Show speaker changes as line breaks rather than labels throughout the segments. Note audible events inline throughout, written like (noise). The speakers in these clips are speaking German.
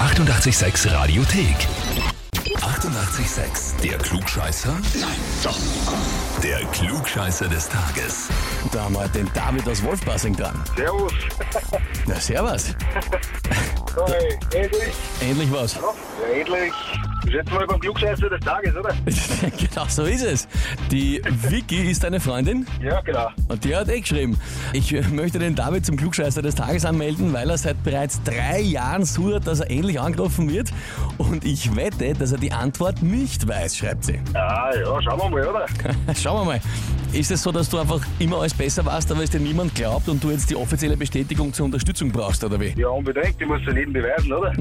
886 Radiothek. 88,6. Der Klugscheißer? Nein, doch. Der Klugscheißer des Tages.
Da haben wir heute den David aus Wolfpassing dran.
Servus.
Na, servus.
Hi. Endlich.
Endlich was.
Ja, endlich. Bist jetzt mal beim Klugscheißer des Tages, oder?
(laughs) genau so ist es. Die Vicky ist deine Freundin
(laughs) Ja, genau.
und die hat eh geschrieben. Ich äh, möchte den David zum Klugscheißer des Tages anmelden, weil er seit bereits drei Jahren sucht, dass er endlich angerufen wird. Und ich wette, dass er die Antwort nicht weiß, schreibt sie. (laughs)
Ah, ja, schauen wir mal, oder?
Schauen wir mal. Ist es so, dass du einfach immer alles besser warst, aber es dir niemand glaubt und du jetzt die offizielle Bestätigung zur Unterstützung brauchst, oder wie?
Ja, unbedingt. Ich muss es jedem beweisen, oder?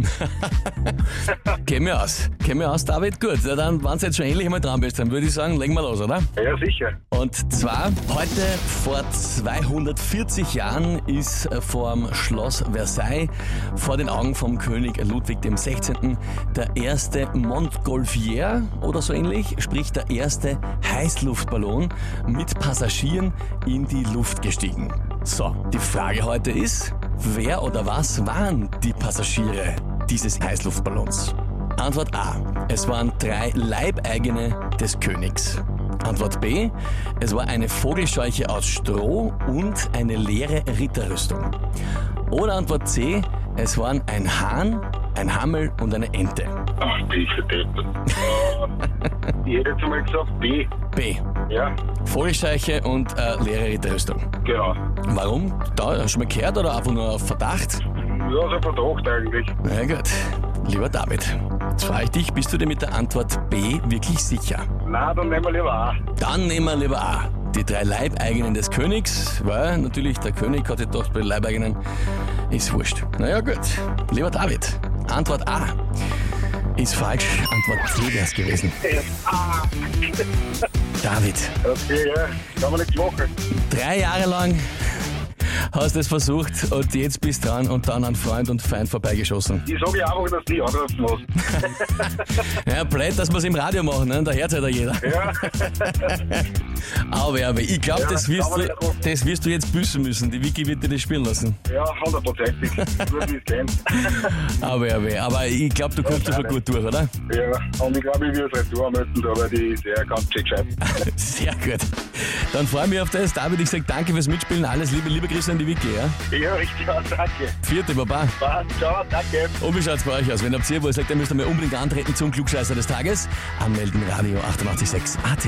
(laughs)
Käme mir aus. Käme mir aus, David. Gut, na dann, wenn du jetzt schon endlich mal dran bist, dann würde ich sagen, legen wir los, oder?
Ja, sicher.
Und zwar, heute vor 240 Jahren ist vorm Schloss Versailles vor den Augen vom König Ludwig XVI. der erste Montgolfier oder so ähnlich, sprich der erste Heißluftballon mit Passagieren in die Luft gestiegen. So, die Frage heute ist, wer oder was waren die Passagiere dieses Heißluftballons? Antwort A. Es waren drei Leibeigene des Königs. Antwort B. Es war eine Vogelscheuche aus Stroh und eine leere Ritterrüstung. Oder Antwort C. Es waren ein Hahn, ein Hammel und eine Ente.
Ach, bin ich vertreten. (laughs) ich hätte jetzt mal gesagt B.
B.
Ja,
Vogelscheuche und äh, leere Ritterrüstung.
genau.
Warum? Da, schon mal gehört oder einfach nur auf Verdacht?
Ja, so Verdacht eigentlich.
Na gut, lieber David, jetzt frage ich dich, bist du dir mit der Antwort B wirklich sicher?
Na, dann nehmen wir lieber A.
Dann nehmen wir lieber A. Die drei Leibeigenen des Königs, weil natürlich der König hat die doch bei Leibeigenen, ist wurscht. Naja, gut. Lieber David, Antwort A ist falsch. Antwort C wäre es gewesen.
Ja, A.
(laughs) David,
Okay, ja. Kann man nichts machen.
drei Jahre lang hast du es versucht und jetzt bist dran und dann an Freund und Feind vorbeigeschossen.
Ich sage ja einfach, dass du die anrufen hast.
Ja, blöd, dass wir es im Radio machen, ne? da hört es ja jeder.
(laughs) Ja,
Aber, aber ich glaube,
Ja,
das, wirst
aber
du-
der Kopf.
das wirst du jetzt büßen müssen. Die Vicky wird dir das spielen lassen.
ja, hundertprozentig. Gut ist (laughs) gehen.
Aber, aber, aber ich glaube, du kommst da schon gut durch, oder?
Ja, und ich glaube, ich würde es Retour möchten, aber die ist ja ganz schön gescheit.
Sehr gut. Dann freue ich mich auf das. David, ich sage danke fürs Mitspielen. Alles Liebe, liebe Grüße an die Vicky. Ja?
Ja, richtig, ja, danke.
Vierte, Baba.
Passt, ciao, danke.
Und wie schaut's bei euch aus? Wenn ihr habt ihr, wo ihr sagt, ihr müsst einmal unbedingt antreten zum Klugscheißer des Tages, anmelden Radio 886 AT.